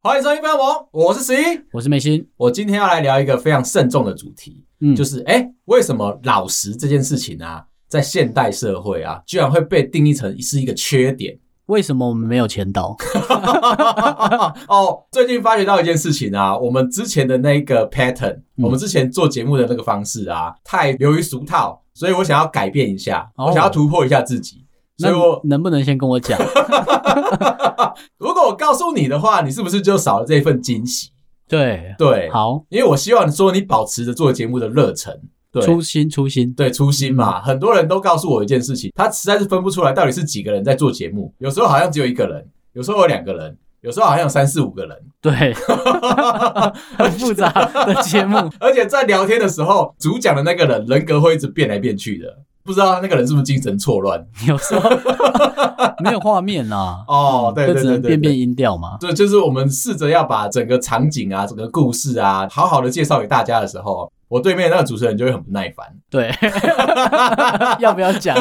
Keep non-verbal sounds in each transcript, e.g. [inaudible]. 欢迎收听《不要王》，我是十一。我是美心，我今天要来聊一个非常慎重的主题，嗯，就是哎、诶为什么老实这件事情啊，在现代社会啊，居然会被定义成是一个缺点？ [laughs] 为什么我们没有签到？哦，最近发觉到一件事情啊，我们之前的那个 pattern，、嗯我们之前做节目的那个方式啊，太流于俗套，所以我想要改变一下，哦我想要突破一下自己。所那以我能不能先跟我讲？ [laughs] 如果我告诉你的话，你是不是就少了这份惊喜？对，对，好，因为我希望说你保持着做节目的热忱。对，初心初心，对初心嘛，很多人都告诉我一件事情，他实在是分不出来到底是几个人在做节目，有时候好像只有一个人，有时候有两个人，有时候好像有三四五个人， [laughs] 对，很复杂的节目，而且在聊天的时候，主讲的那个人人格会一直变来变去的，不知道那个人是不是精神错乱有时候没有画面啦，哦，对嗯就对只对能对变变对。音调嘛。对，就是我们试着要把整个场景啊、整个故事啊，好好的介绍给大家的时候，我对面那个主持人就会很不耐烦。对， [laughs] 要不要讲？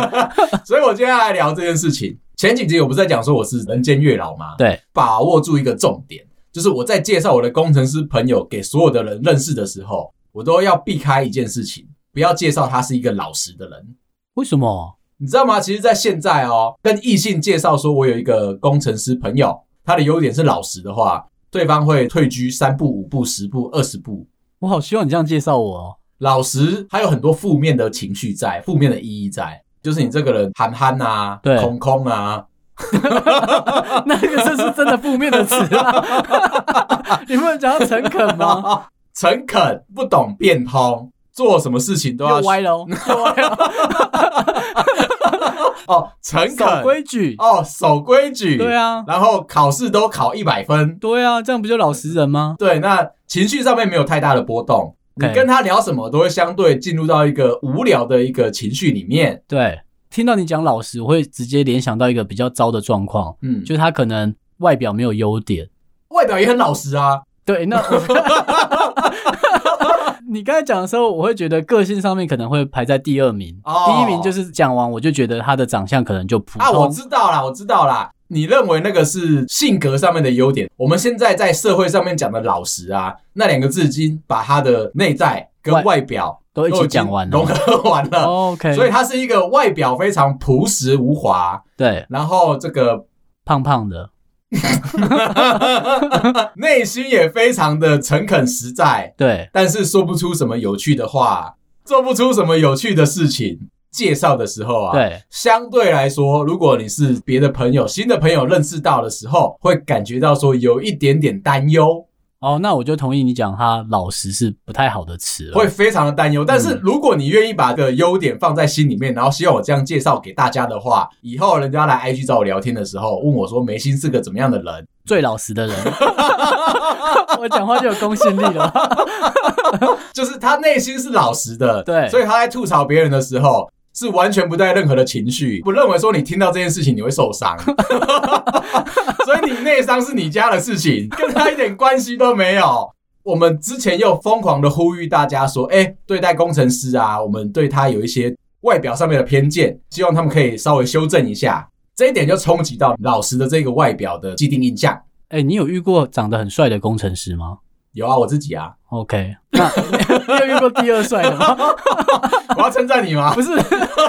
所以我接下来聊这件事情。前几集我不是在讲说我是人间月老吗？对，把握住一个重点，就是我在介绍我的工程师朋友给所有的人认识的时候，我都要避开一件事情，不要介绍他是一个老实的人。为什么？你知道吗？其实，在现在哦，跟异性介绍说我有一个工程师朋友，他的优点是老实的话，对方会退居三步、五步、十步、二十步。我好希望你这样介绍我哦。老实还有很多负面的情绪在，负面的意义在，就是你这个人憨憨啊，对空空啊，那个这是真的负面的词啦， [laughs] 你不能讲到诚恳吗？ [laughs] 诚恳，不懂变通，做什么事情都要又歪了哦，又歪啊 [laughs] 了，哦，诚守恳规矩。哦，守规矩，对，啊，然后考试都考一百分，对啊，这样不就老实人吗？对，那情绪上面没有太大的波动。你 OK 跟他聊什么都会相对进入到一个无聊的一个情绪里面，对，听到你讲老实，我会直接联想到一个比较糟的状况，嗯，就是他可能外表没有优点。外表也很老实啊，对，那 [laughs] 你刚才讲的时候，我会觉得个性上面可能会排在第二名，哦第一名就是讲完我就觉得他的长相可能就普通。啊，我知道啦，我知道啦。你认为那个是性格上面的优点？我们现在在社会上面讲的老实啊，那两个字已经把他的内在跟外外表都一都已起经讲完融了。哦合哦完 [laughs] 了。 OK，所以他是一个外表非常朴实无华，对然后这个胖胖的，呃内心也非常的诚恳实在，对但是说不出什么有趣的话，做不出什么有趣的事情。介绍的时候啊，，对，相对来说，如果你是别的朋友、新的朋友认识到的时候，会感觉到说有一点点担忧，哦，那我就同意你讲他老实是不太好的词了。会非常的担忧。但是如果你愿意把这个优点放在心里面，然后希望我这样介绍给大家的话，以后人家来 IG 找我聊天的时候，问我说梅心是个怎么样的人，最老实的人， [laughs] 我讲话就有公信力了。就是他内心是老实的，对所以他在吐槽别人的时候。是完全不带任何的情绪，不认为说你听到这件事情你会受伤，所以你内伤是你家的事情， [laughs] 跟他一点关系都没有。我们之前又疯狂的呼吁大家说，哎、对待工程师啊，我们对他有一些外表上面的偏见，希望他们可以稍微修正一下。这一点就冲击到老实的这个外表的既定印象。哎、你有遇过长得很帅的工程师吗有啊，我自己啊， [laughs] ？OK，那你有遇过第二帅的吗？我要称赞你吗？不是，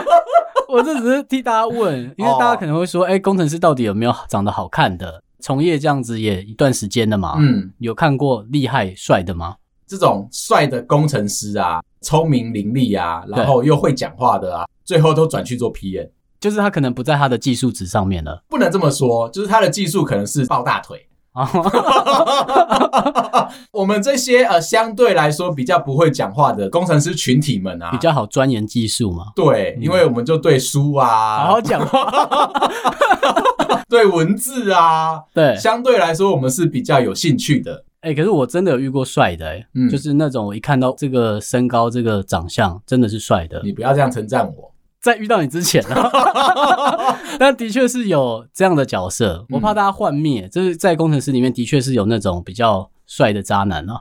[laughs] 我这只是替大家问，因为哦大家可能会说，哎、工程师到底有没有长得好看的？从业这样子也一段时间了嘛，嗯，有看过厉害帅的吗？这种帅的工程师啊，聪明伶俐啊，对然后又会讲话的啊，最后都转去做 PM。就是他可能不在他的技术值上面了。不能这么说，就是他的技术可能是抱大腿。啊， [laughs] 我们这些呃相对来说比较不会讲话的工程师群体们啊，比较好钻研技术嘛，对，嗯因为我们就对书好啊好，讲话。对文字啊， [laughs] 对，相对来说我们是比较有兴趣的。哎、可是我真的有遇过帅的、哎、嗯就是那种我一看到这个身高、这个长相，真的是帅的。你不要这样称赞我，在遇到你之前 [laughs] 啊，但的嗯确是有这样的角色，我怕大家幻灭。就是在工程师里面，的确是有那种比较帅的渣男啊。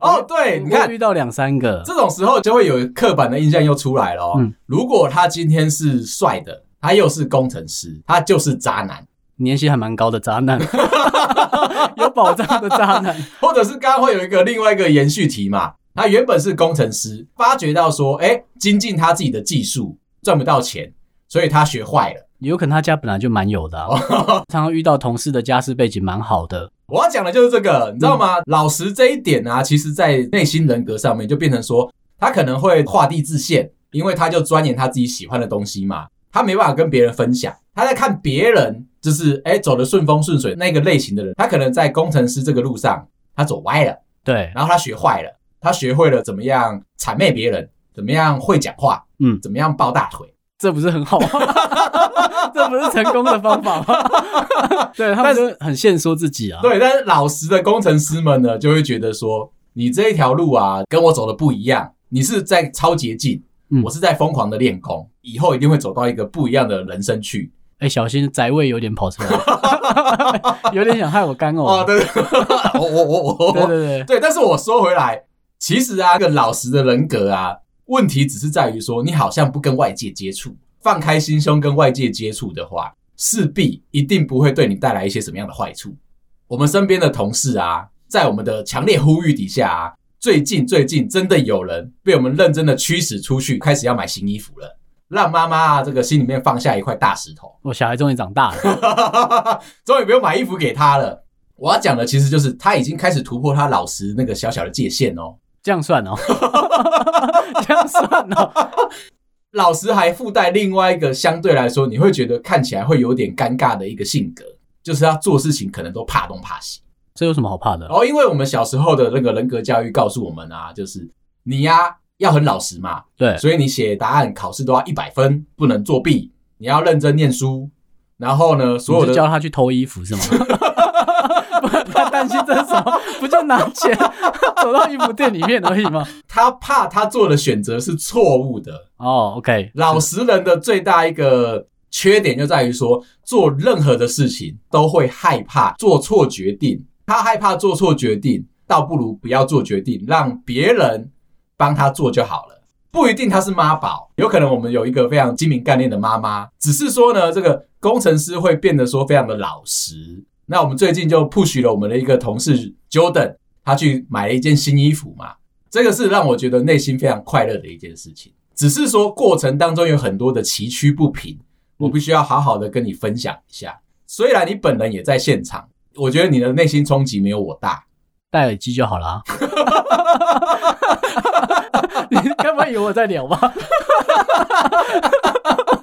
哦，对，你我看遇到两三个，这种时候就会有刻板的印象又出来了、哦。嗯如果他今天是帅的，他又是工程师，他就是渣男，年薪还蛮高的渣男， [laughs] 有保障的渣男。或者是刚刚会有一个另外一个延续题嘛？他原本是工程师，发觉到说，哎，精进他自己的技术赚不到钱，所以他学坏了。有可能他家本来就蛮有的、啊，哦常常遇到同事的家世背景蛮好的，我要讲的就是这个，你知道吗？老实这一点啊，其实在内心人格上面就变成说，他可能会画地自限，因为他就钻研他自己喜欢的东西嘛，他没办法跟别人分享。他在看别人，就是哎、走的顺风顺水那个类型的人，他可能在工程师这个路上，他走歪了，对，然后他学坏了，他学会了怎么样谄媚别人，怎么样会讲话，嗯怎么样抱大腿。这不是很好 [laughs] 吗？这不是成功的方法吗？ [laughs] 对他们就很现说自己啊，对，但是老实的工程师们呢，就会觉得说，你这一条路啊，跟我走的不一样，你是在超捷径，嗯我是在疯狂的练功，以后一定会走到一个不一样的人生去。哎、小心宅位有点跑出来， [laughs] 有点想害我干哦，呕。 [laughs] 对， [laughs] 我我我我，对对对，对，但是我说回来，其实啊，这个老实的人格啊，问题只是在于说，你好像不跟外界接触，放开心胸跟外界接触的话，势必一定不会对你带来一些什么样的坏处。我们身边的同事啊，在我们的强烈呼吁底下啊，最近最近真的有人被我们认真的驱使出去，开始要买新衣服了。让妈妈啊，这个心里面放下一块大石头，我小孩终于长大了， [laughs] 终于不用买衣服给她了。我要讲的其实就是，她已经开始突破她老实那个小小的界限哦。这样算哦， [laughs] 这样算哦，老实还附带另外一个相对来说，你会觉得看起来会有点尴尬的一个性格，就是他做事情可能都怕东怕西。这有什么好怕的然？后，因为我们小时候的那个人格教育告诉我们啊，就是你呀、要很老实嘛，对，所以你写答案考试都要一百分，不能作弊，你要认真念书。然后呢，所我有是的教他去偷衣服是吗？ [laughs] 不他担心这是什么？不就拿钱 [laughs] 走到衣服店里面而已吗？他怕他做的选择是错误的，哦，OK、o k 老实人的最大一个缺点就在于说，做任何的事情都会害怕做错决定。他害怕做错决定，倒不如不要做决定，让别人帮他做就好了。不一定他是妈宝，有可能我们有一个非常精明干练的妈妈，只是说呢，这个工程师会变得说非常的老实。那我们最近就 push 了我们的一个同事 Jordan，他去买了一件新衣服嘛，这个是让我觉得内心非常快乐的一件事情。只是说过程当中有很多的崎岖不平，我必须要好好的跟你分享一下。虽然你本人也在现场，我觉得你的内心冲击没有我大。戴耳机就好啦。 [laughs] 你该不会以为我在聊吧？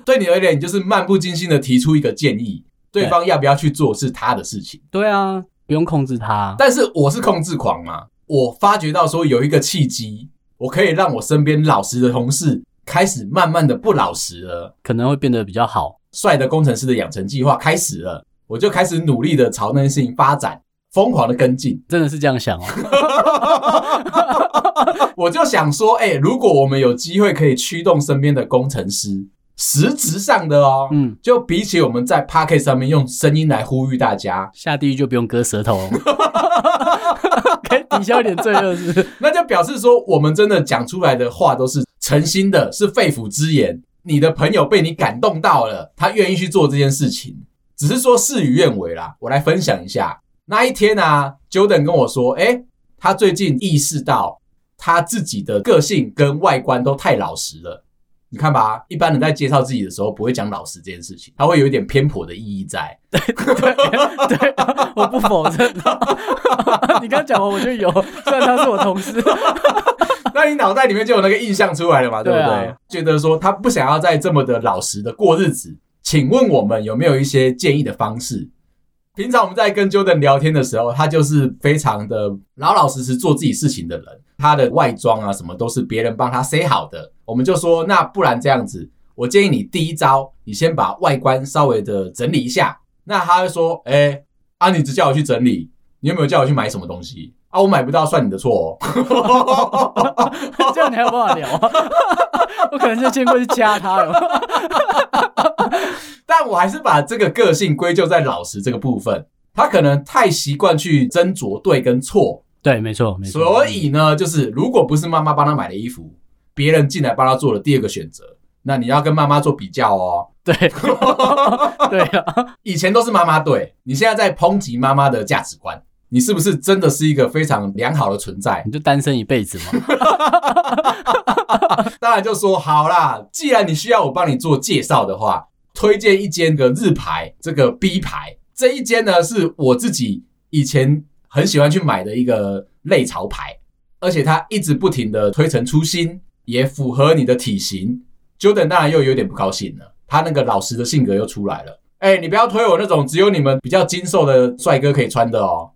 对你而言，你就是漫不经心的提出一个建议，对对方要不要去做是他的事情。 [laughs] 对啊，不用控制他。但是我是控制狂嘛，我发觉到说有一个契机，我可以让我身边老实的同事开始慢慢的不老实了。可能会变得比较好。帅的工程师的养成计划开始了，我就开始努力的朝那件事情发展，疯狂的跟进。 [laughs] 真的是这样想哦。我就想说，哎、如果我们有机会可以驱动身边的工程师，实质上的哦，嗯，就比起我们在 p o c k e t 上面用声音来呼吁大家，下地狱就不用割舌头、哦， [laughs] 可以抵消一点罪恶是不 [laughs] 是？那就表示说，我们真的讲出来的话都是诚心的，是肺腑之言。你的朋友被你感动到了，他愿意去做这件事情，只是说事与愿违啦。我来分享一下，那一天啊，Jordan 跟我说，诶、他最近意识到他自己的个性跟外观都太老实了。你看吧，一般人在介绍自己的时候不会讲老实这件事情，他会有一点偏颇的意义在。对，我不否认。 [laughs] 你刚讲完我就有，虽然他是我同事。 [laughs] 那你脑袋里面就有那个印象出来了嘛，对不对？对啊觉得说他不想要再这么的老实的过日子，请问我们有没有一些建议的方式？平常我们在跟 Jordan 聊天的时候，他就是非常的老老实实做自己事情的人，他的外装啊什么都是别人帮他塞好的。我们就说，那不然这样子，我建议你第一招，你先把外观稍微的整理一下。那他会说，哎、啊，你只叫我去整理，你有没有叫我去买什么东西？啊，我买不到，算你的错哦。 [laughs] 这样你还有办法聊 [laughs] 啊？我可能就先过去掐他了。但我还是把这个个性归咎在老实这个部分。他可能太习惯去斟酌对跟错，对，没错，没错。所以呢，就是如果不是妈妈帮他买的衣服，别人进来帮他做的第二个选择，那你要跟妈妈做比较哦。对， [laughs] 对啊，以前都是妈妈对，你现在在抨击妈妈的价值观，你是不是真的是一个非常良好的存在？你就单身一辈子 [laughs] 嘛。当然就说好啦，既然你需要我帮你做介绍的话，推荐一间个日牌，这个 B 牌这一间呢是我自己以前很喜欢去买的一个类潮牌，而且它一直不停的推陈出新，也符合你的体型。Jordan 当然又有点不高兴了，他那个老实的性格又出来了。哎、你不要推我那种只有你们比较精瘦的帅哥可以穿的哦。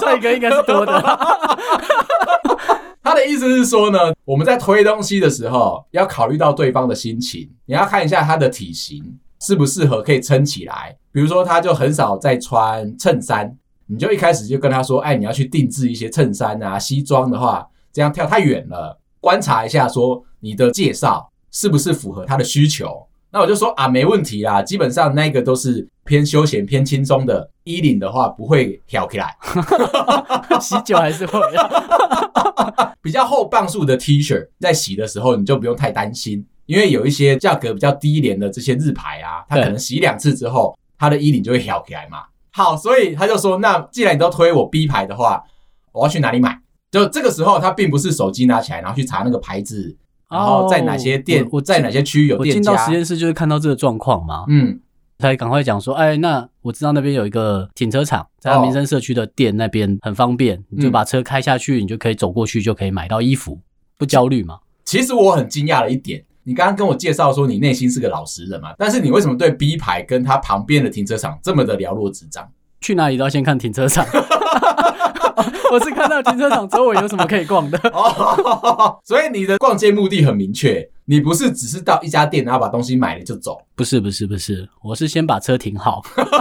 帅哥应该是多的， [laughs] [laughs] 他的意思是说呢，我们在推东西的时候，要考虑到对方的心情，你要看一下他的体型适不适合可以撑起来。比如说，他就很少在穿衬衫，你就一开始就跟他说，哎，你要去定制一些衬衫啊、西装的话，这样跳太远了。观察一下，说你的介绍是不是符合他的需求。那我就说啊，没问题啦，基本上那个都是偏休闲、偏轻松的。衣领的话不会挑起来，喜酒还是会啊。比较厚磅数的 T 恤，在洗的时候你就不用太担心，因为有一些价格比较低廉的这些日牌啊，它对可能洗两次之后，它的衣领就会挑起来嘛。好，所以他就说，那既然你都推我 B 牌的话，我要去哪里买？就这个时候，他并不是手机拿起来，然后去查那个牌子，然后在哪些店哦，我在哪些区域有我店进到家实。验室就是看到这个状况嘛，嗯，才赶快讲说，哎，那我知道那边有一个停车场，在他民生社区的店那边很方便，你就把车开下去，你就可以走过去，就可以买到衣服，不焦虑 [laughs] 嘛。其实我很惊讶的一点，你刚刚跟我介绍说你内心是个老实人嘛，但是你为什么对 B 牌跟他旁边的停车场这么的了若指掌？去哪里都要先看停车场。我是看到停车场周围有什么可以逛的，哦， [laughs] 所以你的逛街目的很明确，你不是只是到一家店然后把东西买了就走。不是不是不是，我是先把车停好。 [laughs]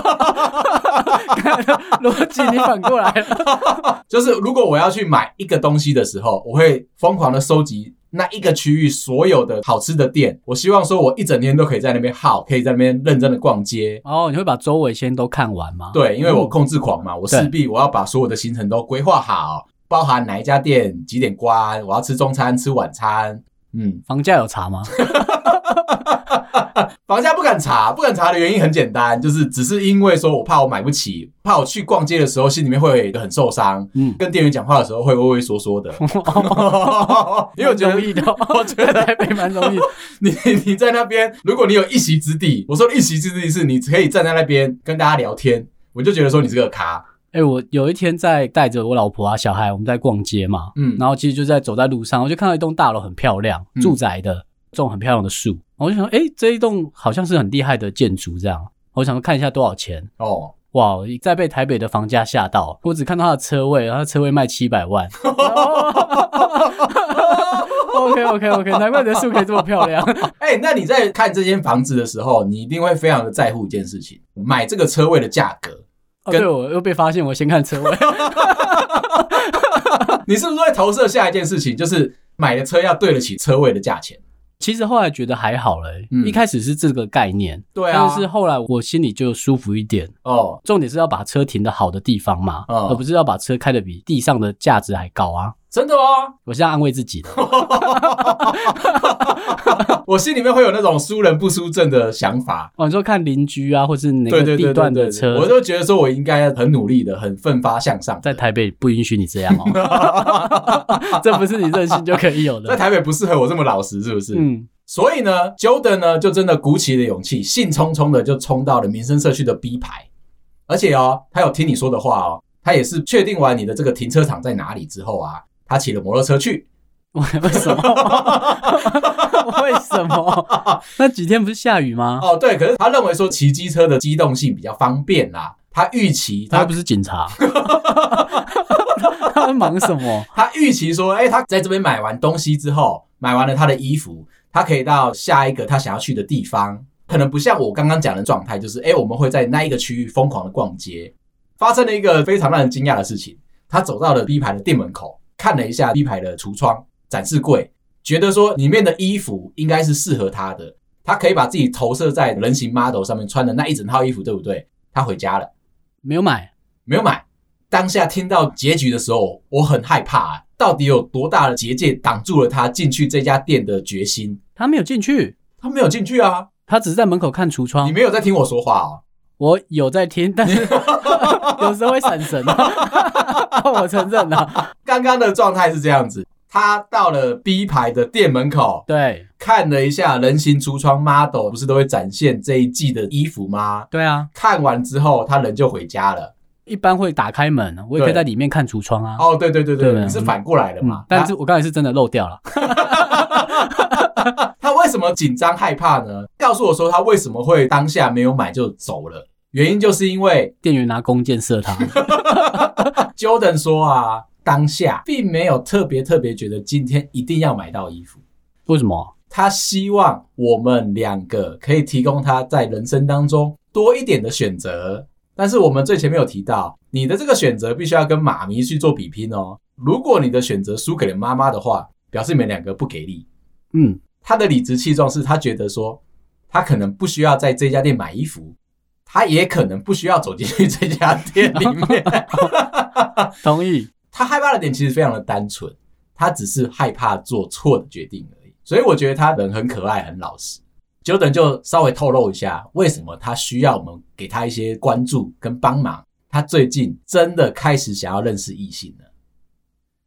看逻辑你反过来了，就是如果我要去买一个东西的时候，我会疯狂的收集那一个区域所有的好吃的店。我希望说我一整天都可以在那边耗，可以在那边认真的逛街。哦，你会把周围先都看完吗？对，因为我控制狂嘛，我势必我要把所有的行程都规划好，包含哪一家店几点关，我要吃中餐吃晚餐。嗯，房价有查吗？房价不敢查，不敢查的原因很简单，就是只是因为说我怕我买不起，怕我去逛街的时候心里面会很受伤，嗯，跟店员讲话的时候会畏畏缩缩 [laughs] 的，因为我觉得蛮容易的哦，我觉得 [laughs] 台北蛮容易的。你你在那边，如果你有一席之地，我说的一席之地是你可以站在那边跟大家聊天，我就觉得说你是个咖，哎、我有一天在带着我老婆啊、小孩，我们在逛街嘛，嗯，然后其实就在走在路上，我就看到一栋大楼很漂亮，嗯住宅的，种很漂亮的树，然后我就想说，哎、这一栋好像是很厉害的建筑，这样，我想说看一下多少钱。哦，哇！我一再被台北的房价吓到，我只看到它的车位，然后它车位卖七 [laughs] 百万。OK OK [laughs] OK，难怪你的树可以这么漂亮。哎、那你在看这间房子的时候，你一定会非常的在乎一件事情，买这个车位的价格，哦，跟对，我又被发现，我先看车位。 [laughs] 你是不是会投射下一件事情，就是买的车要对得起车位的价钱？其实后来觉得还好嘞、嗯一开始是这个概念，对啊但是后来我心里就舒服一点。哦，重点是要把车停的好的地方嘛，嗯而不是要把车开的比地上的价值还高啊。真的 [laughs] 吗？我是在安慰自己的，我心里面会有那种输人不输阵的想法。哦，你说看邻居啊，或是哪对个对对地对段对的对，车，我就觉得说我应该很努力的，很奋发向上的。在台北不允许你这样哦， [laughs] 这不是你任性就可以有在的。台北不适合我这么老实，是不是？嗯，所以呢，Jordan 呢就真的鼓起了勇气，兴冲冲的就冲到了民生社区的 B 牌，而且哦，他有听你说的话哦，他也是确定完你的这个停车场在哪里之后啊，他骑了摩托车去。为为什么？为什么？那几天不是下雨吗？哦，对，可是他认为说骑机车的机动性比较方便啦，他预期他他又不是警 [laughs] 察，他在忙什么？他预期说，哎、他在这边买完东西之后，买完了他的衣服，他可以到下一个他想要去的地方。可能不像我刚刚讲的状态，就是哎、诶我们会在那一个区域疯狂的逛街。发生了一个非常让人惊讶的事情，他走到了 B 牌的店门口，看了一下 B 牌的橱窗展示柜，觉得说里面的衣服应该是适合他的，他可以把自己投射在人形 model 上面穿的那一整套衣服，对不对？他回家了。没有买，没有买。当下听到结局的时候，我很害怕、到底有多大的结界挡住了他进去这家店的决心？他没有进去，他没有进去啊！他只是在门口看橱你窗。没有在听我说话哦。我有在听，但 [laughs] 是有时候会闪神啊， [laughs] 我承认啊。刚刚的状态是这样子，他到了 B 排的店门口，对，看了一下人形橱窗 model，不是都会展现这一季的衣服吗？对啊，看完之后，他人就回家了。一般会打开门，我也可以在里面看橱窗啊。哦，对对对对，对你是反过来的嘛？嗯，但是我刚才是真的漏掉了。他他为什么紧张害怕呢？告诉我说他为什么会当下没有买就走了，原因就是因为店员拿弓箭射他， Jordan 说啊，当下并没有特别特别觉得今天一定要买到衣服， [laughs] 为什么？他希望我们两个可以提供他在人生当中多一点的选择。但是我们最前面有提到，你的这个选择必须要跟妈咪去做比拼哦。如果你的选择输给了妈妈的话，表示你们两个不给力。嗯，他的理直气壮是他觉得说，他可能不需要在这家店买衣服，他也可能不需要走进去这家店里面。同意。他害怕的点其实非常的单纯，他只是害怕做错的决定而已。所以我觉得他人很可爱，很老实。久等就稍微透露一下，为什么他需要我们给他一些关注跟帮忙。他最近真的开始想要认识异性了，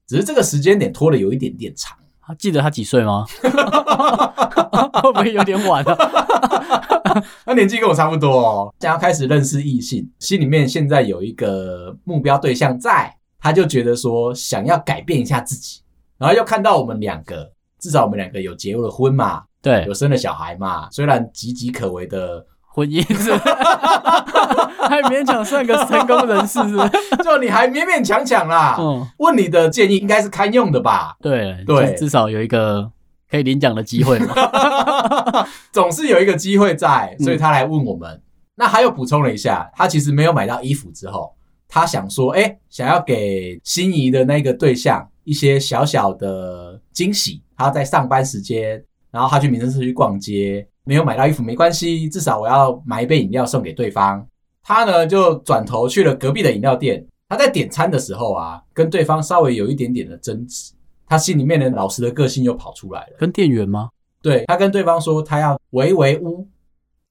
只是这个时间点拖的有一点点长。 [laughs] 他记得他几岁吗？ [laughs] 会不会有点晚啊了？ [laughs] 他年纪跟我差不多哦，想要开始认识异性，心里面现在有一个目标对象在，他就觉得说想要改变一下自己，然后又看到我们两个，至少我们两个有结了婚嘛， [laughs] 对有，生了小孩嘛，虽然岌岌可危的，婚姻是， [laughs] 还勉强算个成功人士是不 [laughs] 是？就你还勉勉强强 [laughs] 啦。嗯，问你的建议应该是堪用的吧？对对至至少有一个可以领奖的机会 [laughs] 嘛。 [laughs] 总是有一个机会在，嗯所以他来问我们。那他又补充了一下，他其实没有买到衣服之后，他想说，哎、想要给心仪的那个对象一些小小的惊喜。他在上班时间，然后他去民生社区逛街，没有买到衣服没关系，至少我要买一杯饮料送给对方。他呢就转头去了隔壁的饮料店。他在点餐的时候啊，跟对方稍微有一点点的争执，他心里面的老实的个性又跑出来了。跟店员吗？对他跟对方说，他要维维乌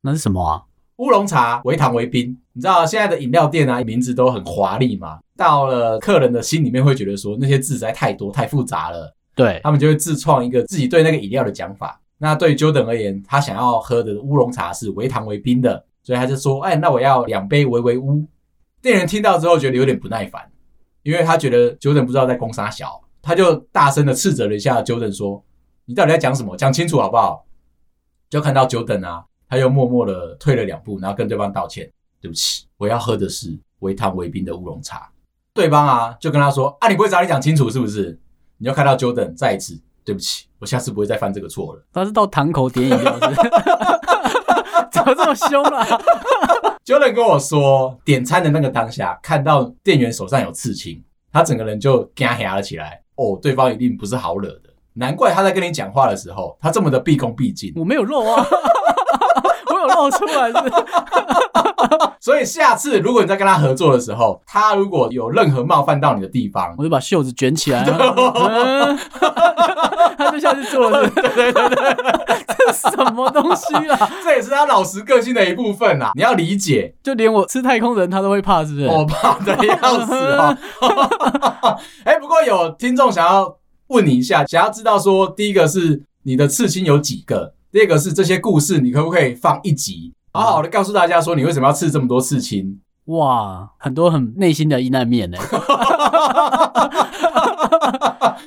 那是什么啊？乌龙茶，微糖微冰。你知道现在的饮料店啊，名字都很华丽嘛，到了客人的心里面会觉得说那些字实在太多太复杂了，对，他们就会自创一个自己对那个饮料的讲法。那对于 Jordan 而言，他想要喝的乌龙茶是微糖微冰的，所以他就说：“哎，那我要两杯微微乌。”店员听到之后觉得有点不耐烦，因为他觉得 Jordan 不知道在攻杀小，他就大声的斥责了一下 Jordan 说：“你到底在讲什么？讲清楚好不好？”就看到 Jordan 啊，他又默默的退了两步，然后跟对方道歉：“对不起，我要喝的是微糖微冰的乌龙茶。”对方啊就跟他说：“啊，你不会找你讲清楚是不是？”你就看到 Jordan 再一次，对不起，我下次不会再犯这个错了。他是到堂口点饮料是不 [laughs] 是？怎么这么凶啊？ Jordan 跟我说，点餐的那个当下，看到店员手上有刺青，他整个人就嘎吓了起来。哦，对方一定不是好惹的，难怪他在跟你讲话的时候，他这么的毕恭毕敬。我没有漏啊，我有漏出来是不是？所以下次如果你在跟他合作的时候，他如果有任何冒犯到你的地方，我就把袖子卷起来，然后嗯 [laughs] 他就下去做了，对对对对，这是什么东西啊？这也是他老实个性的一部分啊啦、你要理解，就连我吃太空人他都会怕，是不是？ [laughs] 我怕的要死哦。 [laughs] 哎、不过有听众想要问你一下，想要知道说，第一个是你的刺青有几个，第二个是这些故事，你可不可以放一集，好好的告诉大家说你为什么要刺这么多刺青？哇，很多很内心的阴暗面欸呢。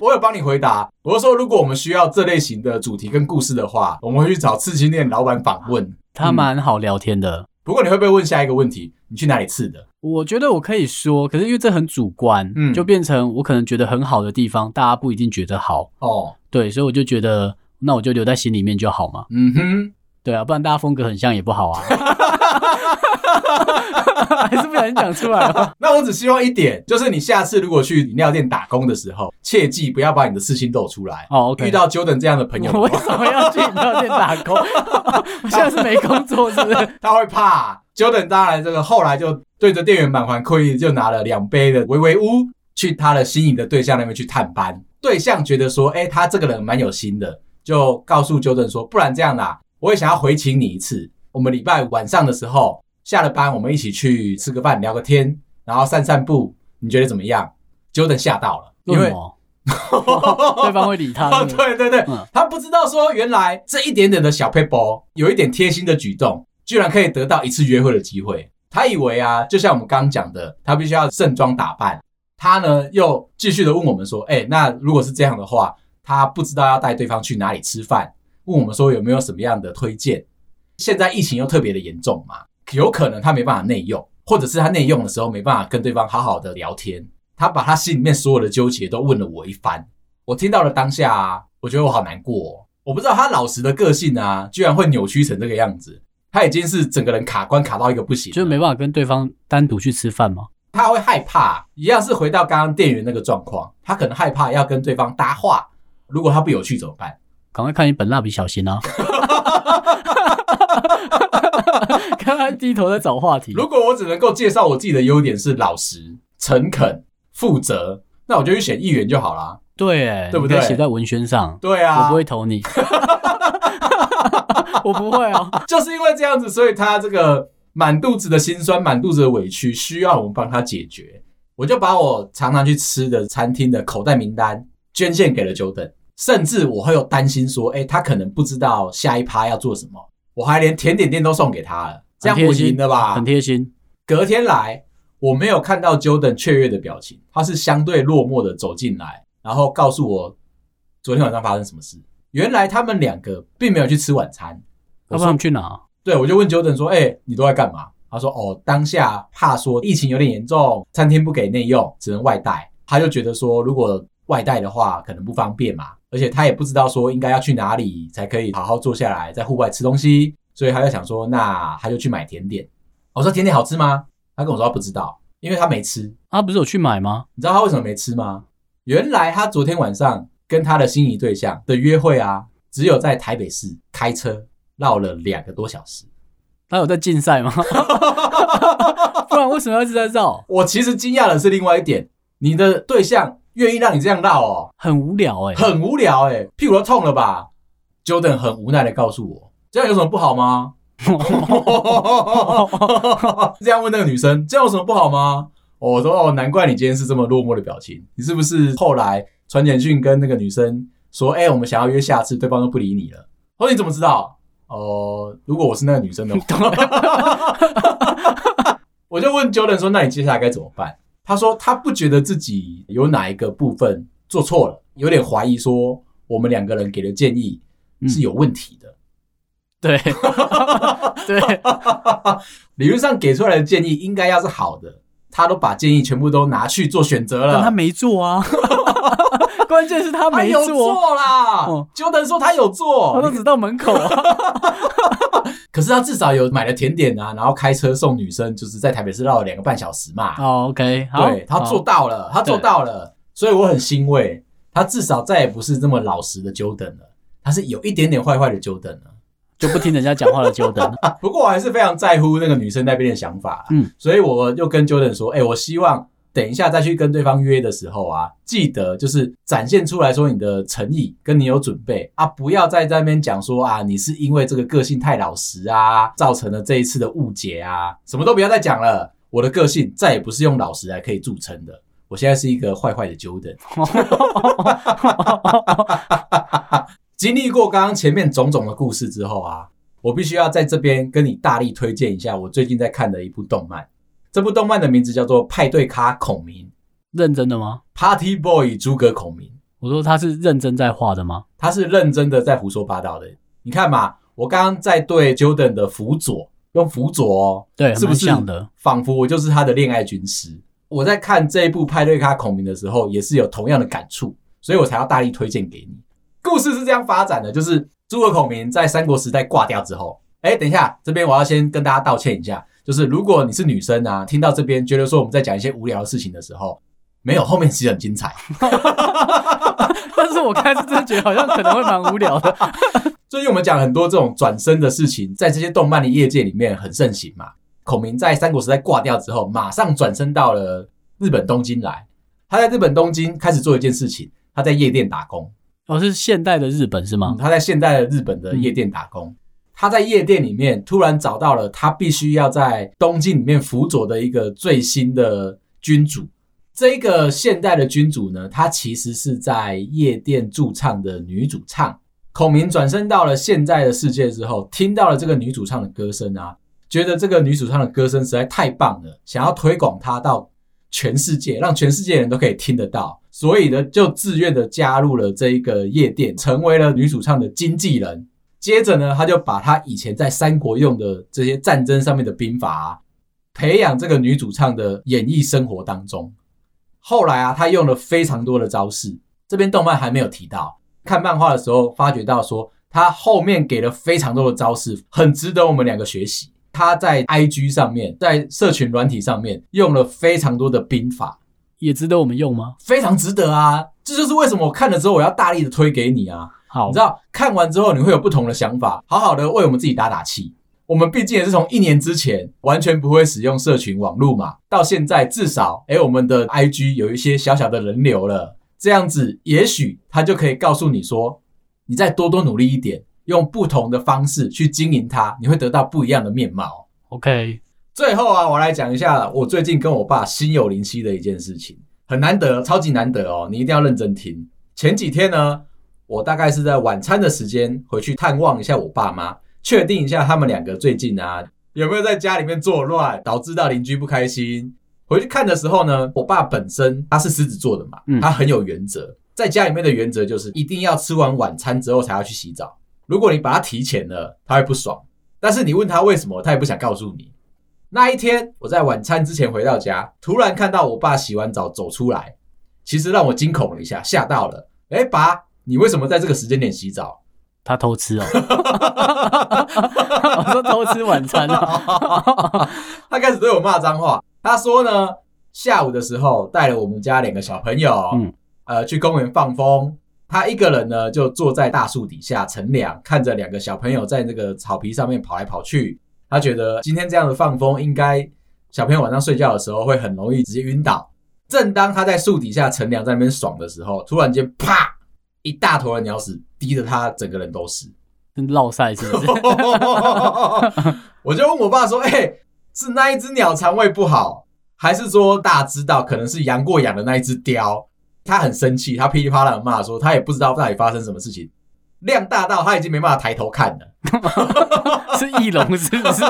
我有帮你回答，我是说如果我们需要这类型的主题跟故事的话，我们会去找刺青店老板访问。他蛮好聊天的。不过你会不会问下一个问题？你去哪里刺的？我觉得我可以说，可是因为这很主观，嗯就变成我可能觉得很好的地方，大家不一定觉得好，哦，对，所以我就觉得，那我就留在心里面就好嘛，嗯哼，对啊，不然大家风格很像也不好啊， [laughs] 还是不小心讲出来了，那我只希望一点，就是你下次如果去饮料店打工的时候，切记不要把你的刺青露出来。哦，OK，遇到 Jordan 这样的朋友的 [laughs] 我为话，什么要去饮料店打 [laughs] 工？我现在是没工作，是不是？他会怕。Jordan 当然这个后来就对着电源板环困意，就拿了两杯的维维乌去他的心仪的对象那边去探班。对象觉得说，哎、他这个人蛮有心的，就告 [laughs] 诉纠正说，不然这样啦，我也想要回请你一次。我们礼拜五晚上的时候下了班，我们一起去吃个饭，聊个天，然后散散步，你觉得怎么样？纠正吓到了， [laughs] 因为什为么？ [laughs] 对方会理 [laughs] 他啊，对不对对对对，嗯他不知道说原来这一点点的小 paper，有一点贴心的举动，居然可以得到一次约会的机会。他以为啊，就像我们刚刚讲的，他必须要盛装打扮。他呢又继续的问我们说，哎、那如果是这样的话，他不知道要带对方去哪里吃饭，问我们说有没有什么样的推荐。现在疫情又特别的严重嘛，有可能他没办法内用，或者是他内用的时候没办法跟对方好好的聊天。他把他心里面所有的纠结都问了我一番，我听到了当下、啊，我觉得我好难过、哦。我不知道他老实的个性啊，居然会扭曲成这个样子。他已经是整个人卡关卡到一个不行了，就没办法跟对方单独去吃饭嘛。他会害怕，一样是回到刚刚店员那个状况，他可能害怕要跟对方搭话，如果他不有趣怎么办？赶快看一本《蜡笔小新》啊！ [laughs] 看他低头在找话题，如果我只能够介绍我自己的优点是老实、诚恳、负责，那我就去选议员就好啦。对耶，对不你可以对写在文宣上，对我啊不，会投你， [laughs] 我不会啊。就是因为这样子，所以他这个满肚子的辛酸、满肚子的委屈，需要我们帮他解决。我就把我常常去吃的餐厅的口袋名单捐献给了久等，甚至我会有担心说，哎、他可能不知道下一趴要做什么，我还连甜点店都送给他了，这样很我贴心赢了吧？很贴心，隔天来，我没有看到 Jordan 雀跃的表情，他是相对落寞的走进来，然后告诉我昨天晚上发生什么事。原来他们两个并没有去吃晚餐。要不然他们去哪？对，我就问 Jordan 说：“哎、你都在干嘛？”他说：“哦，当下怕说疫情有点严重，餐厅不给内用，只能外带。”他就觉得说，如果外带的话，可能不方便嘛，而且他也不知道说应该要去哪里才可以好好坐下来在户外吃东西，所以他就想说，那他就去买甜点。我说：“甜点好吃吗？”他跟我说他不知道，因为他没吃。他啊不是有去买吗？你知道他为什么没吃吗？原来他昨天晚上跟他的心仪对象的约会啊，只有在台北市开车绕了两个多小时。他有在竞赛吗？ [laughs] 不然为什么要一直在绕？我其实惊讶的是另外一点，你的对象愿意让你这样绕哦，很无聊哎、很无聊哎、屁股都痛了吧？Jordan 很无奈的告诉我，这样有什么不好吗？ [laughs] 这样问那个女生，这样有什么不好吗？我说哦，难怪你今天是这么落寞的表情，你是不是后来传简讯跟那个女生说，哎、我们想要约下次，对方都不理你了？我说你怎么知道？哦、如果我是那个女生的话， [laughs] 我就问 Jordan 说，那你接下来该怎么办？他说他不觉得自己有哪一个部分做错了，有点怀疑说我们两个人给的建议嗯是有问题的。对 [laughs] 对，啊理论上给出来的建议应该要是好的，他都把建议全部都拿去做选择但他了。没 [laughs] 做啊。关键是他他没有做，做啦哦，Jordan 说他有他做，都只到 [laughs] 门口啊。可是他至少有买了甜点啊，然后开车送女生，就是在台北市绕了两个半小时嘛。哦，OK，好，对他好做到了，他做到了，所以我很欣慰，他至少再也不是这么老实的 Jordan 了，他是有一点点坏坏的 Jordan 了。就不听人家讲话了，久等。不过我还是非常在乎那个女生那边的想法、嗯嗯，所以我就跟 Jordan 说，哎、我希望等一下再去跟对方约的时候啊，记得就是展现出来说你的诚意，跟你有准备啊，不要再在那边讲说啊，你是因为这个个性太老实啊，造成了这一次的误解啊，什么都不要再讲了。我的个性再也不是用老实来可以著称的，我现在是一个坏坏的 Jordan。经 [laughs] 历过刚刚前面种种的故事之后啊，我必须要在这边跟你大力推荐一下我最近在看的一部动漫。这部动漫的名字叫做《派对咖孔明 [laughs] 认真的吗？》 （Party Boy 诸葛孔明），我说他是认真在画的吗？他是认真的在胡说八道的。你看嘛，我刚刚在对 Jordan 的辅佐，用辅佐哦，对，是不是蛮像的？仿佛我就是他的恋爱军师。我在看这一部《派对咖孔明》的时候，也是有同样的感触，所以我才要大力推荐给你。故事是这样发展的，就是诸葛孔明在三国时代挂掉之后，哎，等一下，这边我要先跟大家道歉一下，就是如果你是女生啊，听到这边觉得说我们在讲一些无聊的事情的时候，没有，后面其实很精彩。但是我开始真的觉得好像可能会蛮无聊的。最近我们讲很多这种转身的事情，在这些动漫的业界里面很盛行嘛。孔明在三国时代挂掉之后，马上转身到了日本东京来。他在日本东京开始做一件事情，他在夜店打工。哦，是现代的日本是吗嗯？他在现代的日本的夜店打工。他在夜店里面突然找到了他必须要在东京里面辅佐的一个最新的君主。这个现代的君主呢，他其实是在夜店驻唱的女主唱。孔明转身到了现在的世界之后，听到了这个女主唱的歌声啊，觉得这个女主唱的歌声实在太棒了，想要推广她到全世界，让全世界人都可以听得到。所以呢，就自愿的加入了这一个夜店，成为了女主唱的经纪人。接着呢，他就把他以前在三国用的这些战争上面的兵法、啊，培养这个女主唱的演艺生活当中。后来啊，他用了非常多的招式，这边动漫还没有提到。看漫画的时候发觉到说，他后面给了非常多的招式，很值得我们两个学习。他在 IG 上面，在社群软体上面用了非常多的兵法，也值得我们用吗？非常值得啊！这就是为什么我看了之后，我要大力的推给你啊！好你知，道，看完之后你会有不同的想法，好好的为我们自己打打气。我们毕竟也是从一年之前完全不会使用社群网络嘛，到现在至少，诶、我们的 IG 有一些小小的人流了，这样子也许他就可以告诉你说，你再多多努力一点，用不同的方式去经营它，你会得到不一样的面貌。 OK，最后啊，我来讲一下我最近跟我爸心有灵犀的一件事情，很难得，超级难得哦，你一定要认真听。前几天呢，我大概是在晚餐的时间回去探望一下我爸妈，确定一下他们两个最近啊 [laughs] 有没有在家里面作乱，导致到邻居不开心。回去看的时候呢，我爸本身他是狮子座的嘛，嗯他很有原则，在家里面的原则就是一定要吃完晚餐之后才要去洗澡。如果你把他提前了，他会不爽。但是你问他为什么，他也不想告诉你。那一天，我在晚餐之前回到家，突然看到我爸洗完澡走出来，其实让我惊恐了一下，吓到了。哎、爸，你为什么在这个时间点洗澡？他偷吃哦， [laughs] 我说偷吃晚餐啊， [laughs] 他开始对我骂脏话。他说呢，下午的时候带了我们家两个小朋友，嗯呃，去公园放风。他一个人呢，就坐在大树底下乘凉，看着两个小朋友在那个草皮上面跑来跑去。他觉得今天这样的放风，应该小朋友晚上睡觉的时候会很容易直接晕倒。正当他在树底下乘凉，在那边爽的时候，突然间啪，一大坨的鸟屎滴得他整个人都是。真落晒是 [laughs] 不是？我就问我爸说：“哎、是那一只鸟肠胃不好，还是说大家知道可能是杨过养的那一只雕？”他很生气，他噼里啪啦地骂说：“他也不知道到底发生什么事情，量大到他已经没办法抬头看了。是翼龙是不是？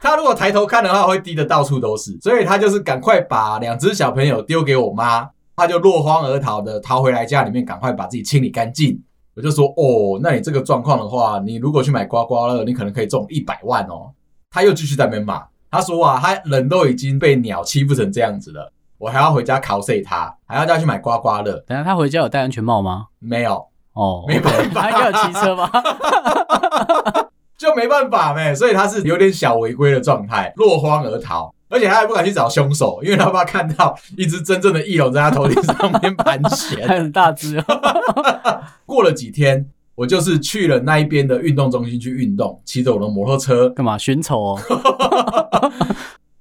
他如果抬头看的话，会滴得到处都是。所以他就是赶快把两只小朋友丢给我妈，他就落荒而逃的逃回来家里面，赶快把自己清理干净。”我就说哦，那你这个状况的话，你如果去买刮刮乐，你可能可以中一百万哦。他又继续在那边骂，他说啊，他人都已经被鸟欺负成这样子了，我还要回家拷睡他，还要再去买刮刮乐，等一下他回家有戴安全帽吗？没有哦，没办法他应该有骑 [laughs] 车吧？就没办法呗，所以他是有点小违规的状态，落荒而逃。而且他还不敢去找凶手，因为他怕看到一只真正的翼龙在他头顶上面盘旋。 [laughs] 还很大只哦，过了几天，我就是去了那一边的运动中心去运动，骑着我的摩托车，干嘛寻仇哦？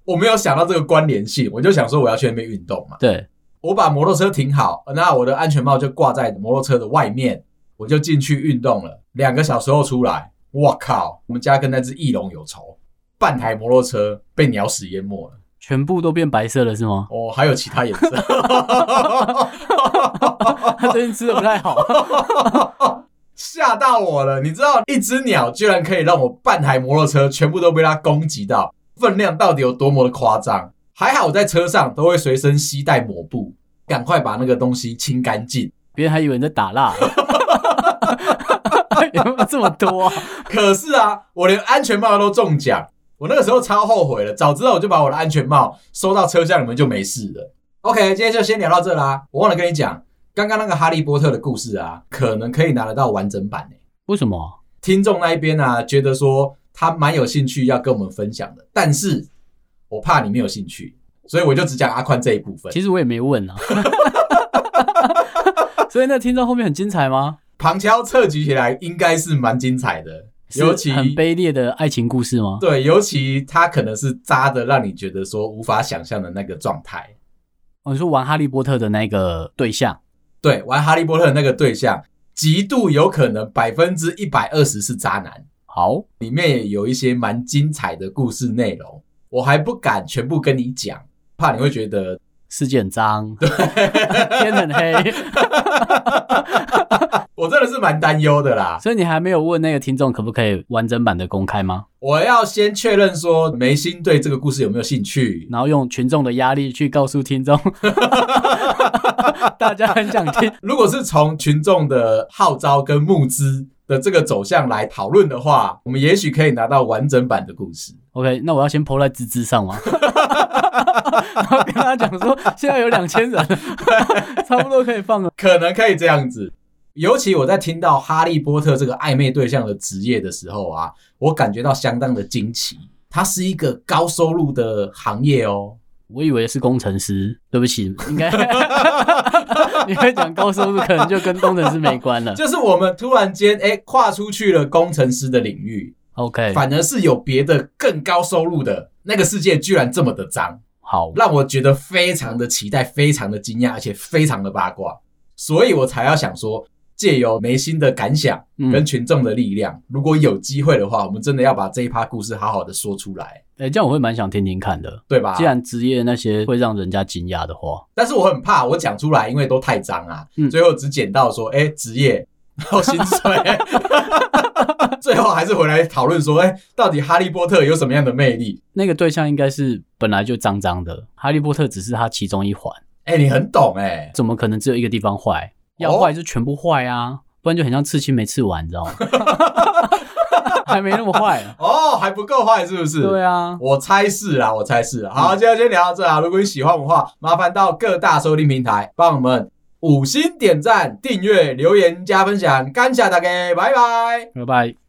我没有想到这个关联性，我就想说我要去那边运动嘛。对，我把摩托车停好，那我的安全帽就挂在摩托车的外面，我就进去运动了。两个小时后出来，我靠，我们家跟那只翼龙有仇，半台摩托车被鸟屎淹没了。全部都变白色了是吗？ [laughs] 哦，还有其他颜色。他最近吃的不太好，吓到我了！你知道一只鸟居然可以让我半台摩托车全部都被它攻击到，分量到底有多么的夸张？还好我在车上都会随身携带抹布，赶快把那个东西清干净。别人还以为你在打蜡。 [laughs] 有没有这么多啊、可是啊，我连安全帽都中奖，我那个时候超后悔了，早知道我就把我的安全帽收到车厢里面就没事了。OK，今天就先聊到这啦。我忘了跟你讲，刚刚那个哈利波特的故事啊，可能可以拿得到完整版、欸为什么啊？听众那一边啊，觉得说他蛮有兴趣要跟我们分享的，但是我怕你没有兴趣，所以我就只讲阿宽这一部分。其实我也没 [laughs] 问啊。所以那听到后面很精彩吗？旁敲侧击起来应该是蛮精彩的。是尤其很卑劣的爱情故事吗？对，尤其他可能是渣的，让你觉得说无法想象的那个状态。哦，你说玩哈利波特的那个对象，对，玩哈利波特的那个对象，极度有可能百分之一百二十是渣男。好，里面也有一些蛮精彩的故事内容，我还不敢全部跟你讲，怕你会觉得世界很脏，天很黑，我真的是蛮担忧的啦。所以你还没有问那个听众可不可以完整版的公开吗？我要先确认说梅心对这个故事有没有兴趣。然后用群众的压力去告诉听众， [laughs] 大家很想听。如果是从群众的号召跟募资的这个走向来讨论的话，我们也许可以拿到完整版的故事。 OK，那我要先 PO 在芝芝上吗？然后跟他讲说，现在有两千人了，差不多可以放了。可能可以这样子。尤其我在听到哈利波特这个暧昧对象的职业的时候啊，我感觉到相当的惊奇。它是一个高收入的行业哦，我以为是工程师，对不起，应该 [laughs] 你会讲高收入，可能就跟工程师没关了。就是我们突然间哎、诶跨出去了工程师的领域， OK，反而是有别的更高收入的那个世界居然这么的脏，好，让我觉得非常的期待，非常的惊讶，而且非常的八卦，所以我才要想说。借由梅心的感想嗯跟群众的力量，如果有机会的话，我们真的要把这一趴故事好好的说出来。哎、这样我会蛮想听听看的。对吧？既然职业那些会让人家惊讶的话，但是我很怕我讲出来，因为都太脏啊，嗯最后只捡到说，哎、职业， [laughs] 然后薪水，最后还是回来讨论说，哎、到底哈利波特有什么样的魅力？那个对象应该是本来就脏脏的，哈利波特只是他其中一环，哎、你很懂哎、怎么可能只有一个地方坏？要坏就全部坏啊，不然就很像刺青没刺完，你知道吗？ [laughs] 还没那么坏、啊。哦，还不够坏是不是？对啊，我猜是啊，我猜是啊。好，今天先聊到这啊。如果你喜欢我们的话，麻烦到各大收听平台帮我们五星点赞、订阅、留言、加分享，感谢大家，拜拜。拜拜。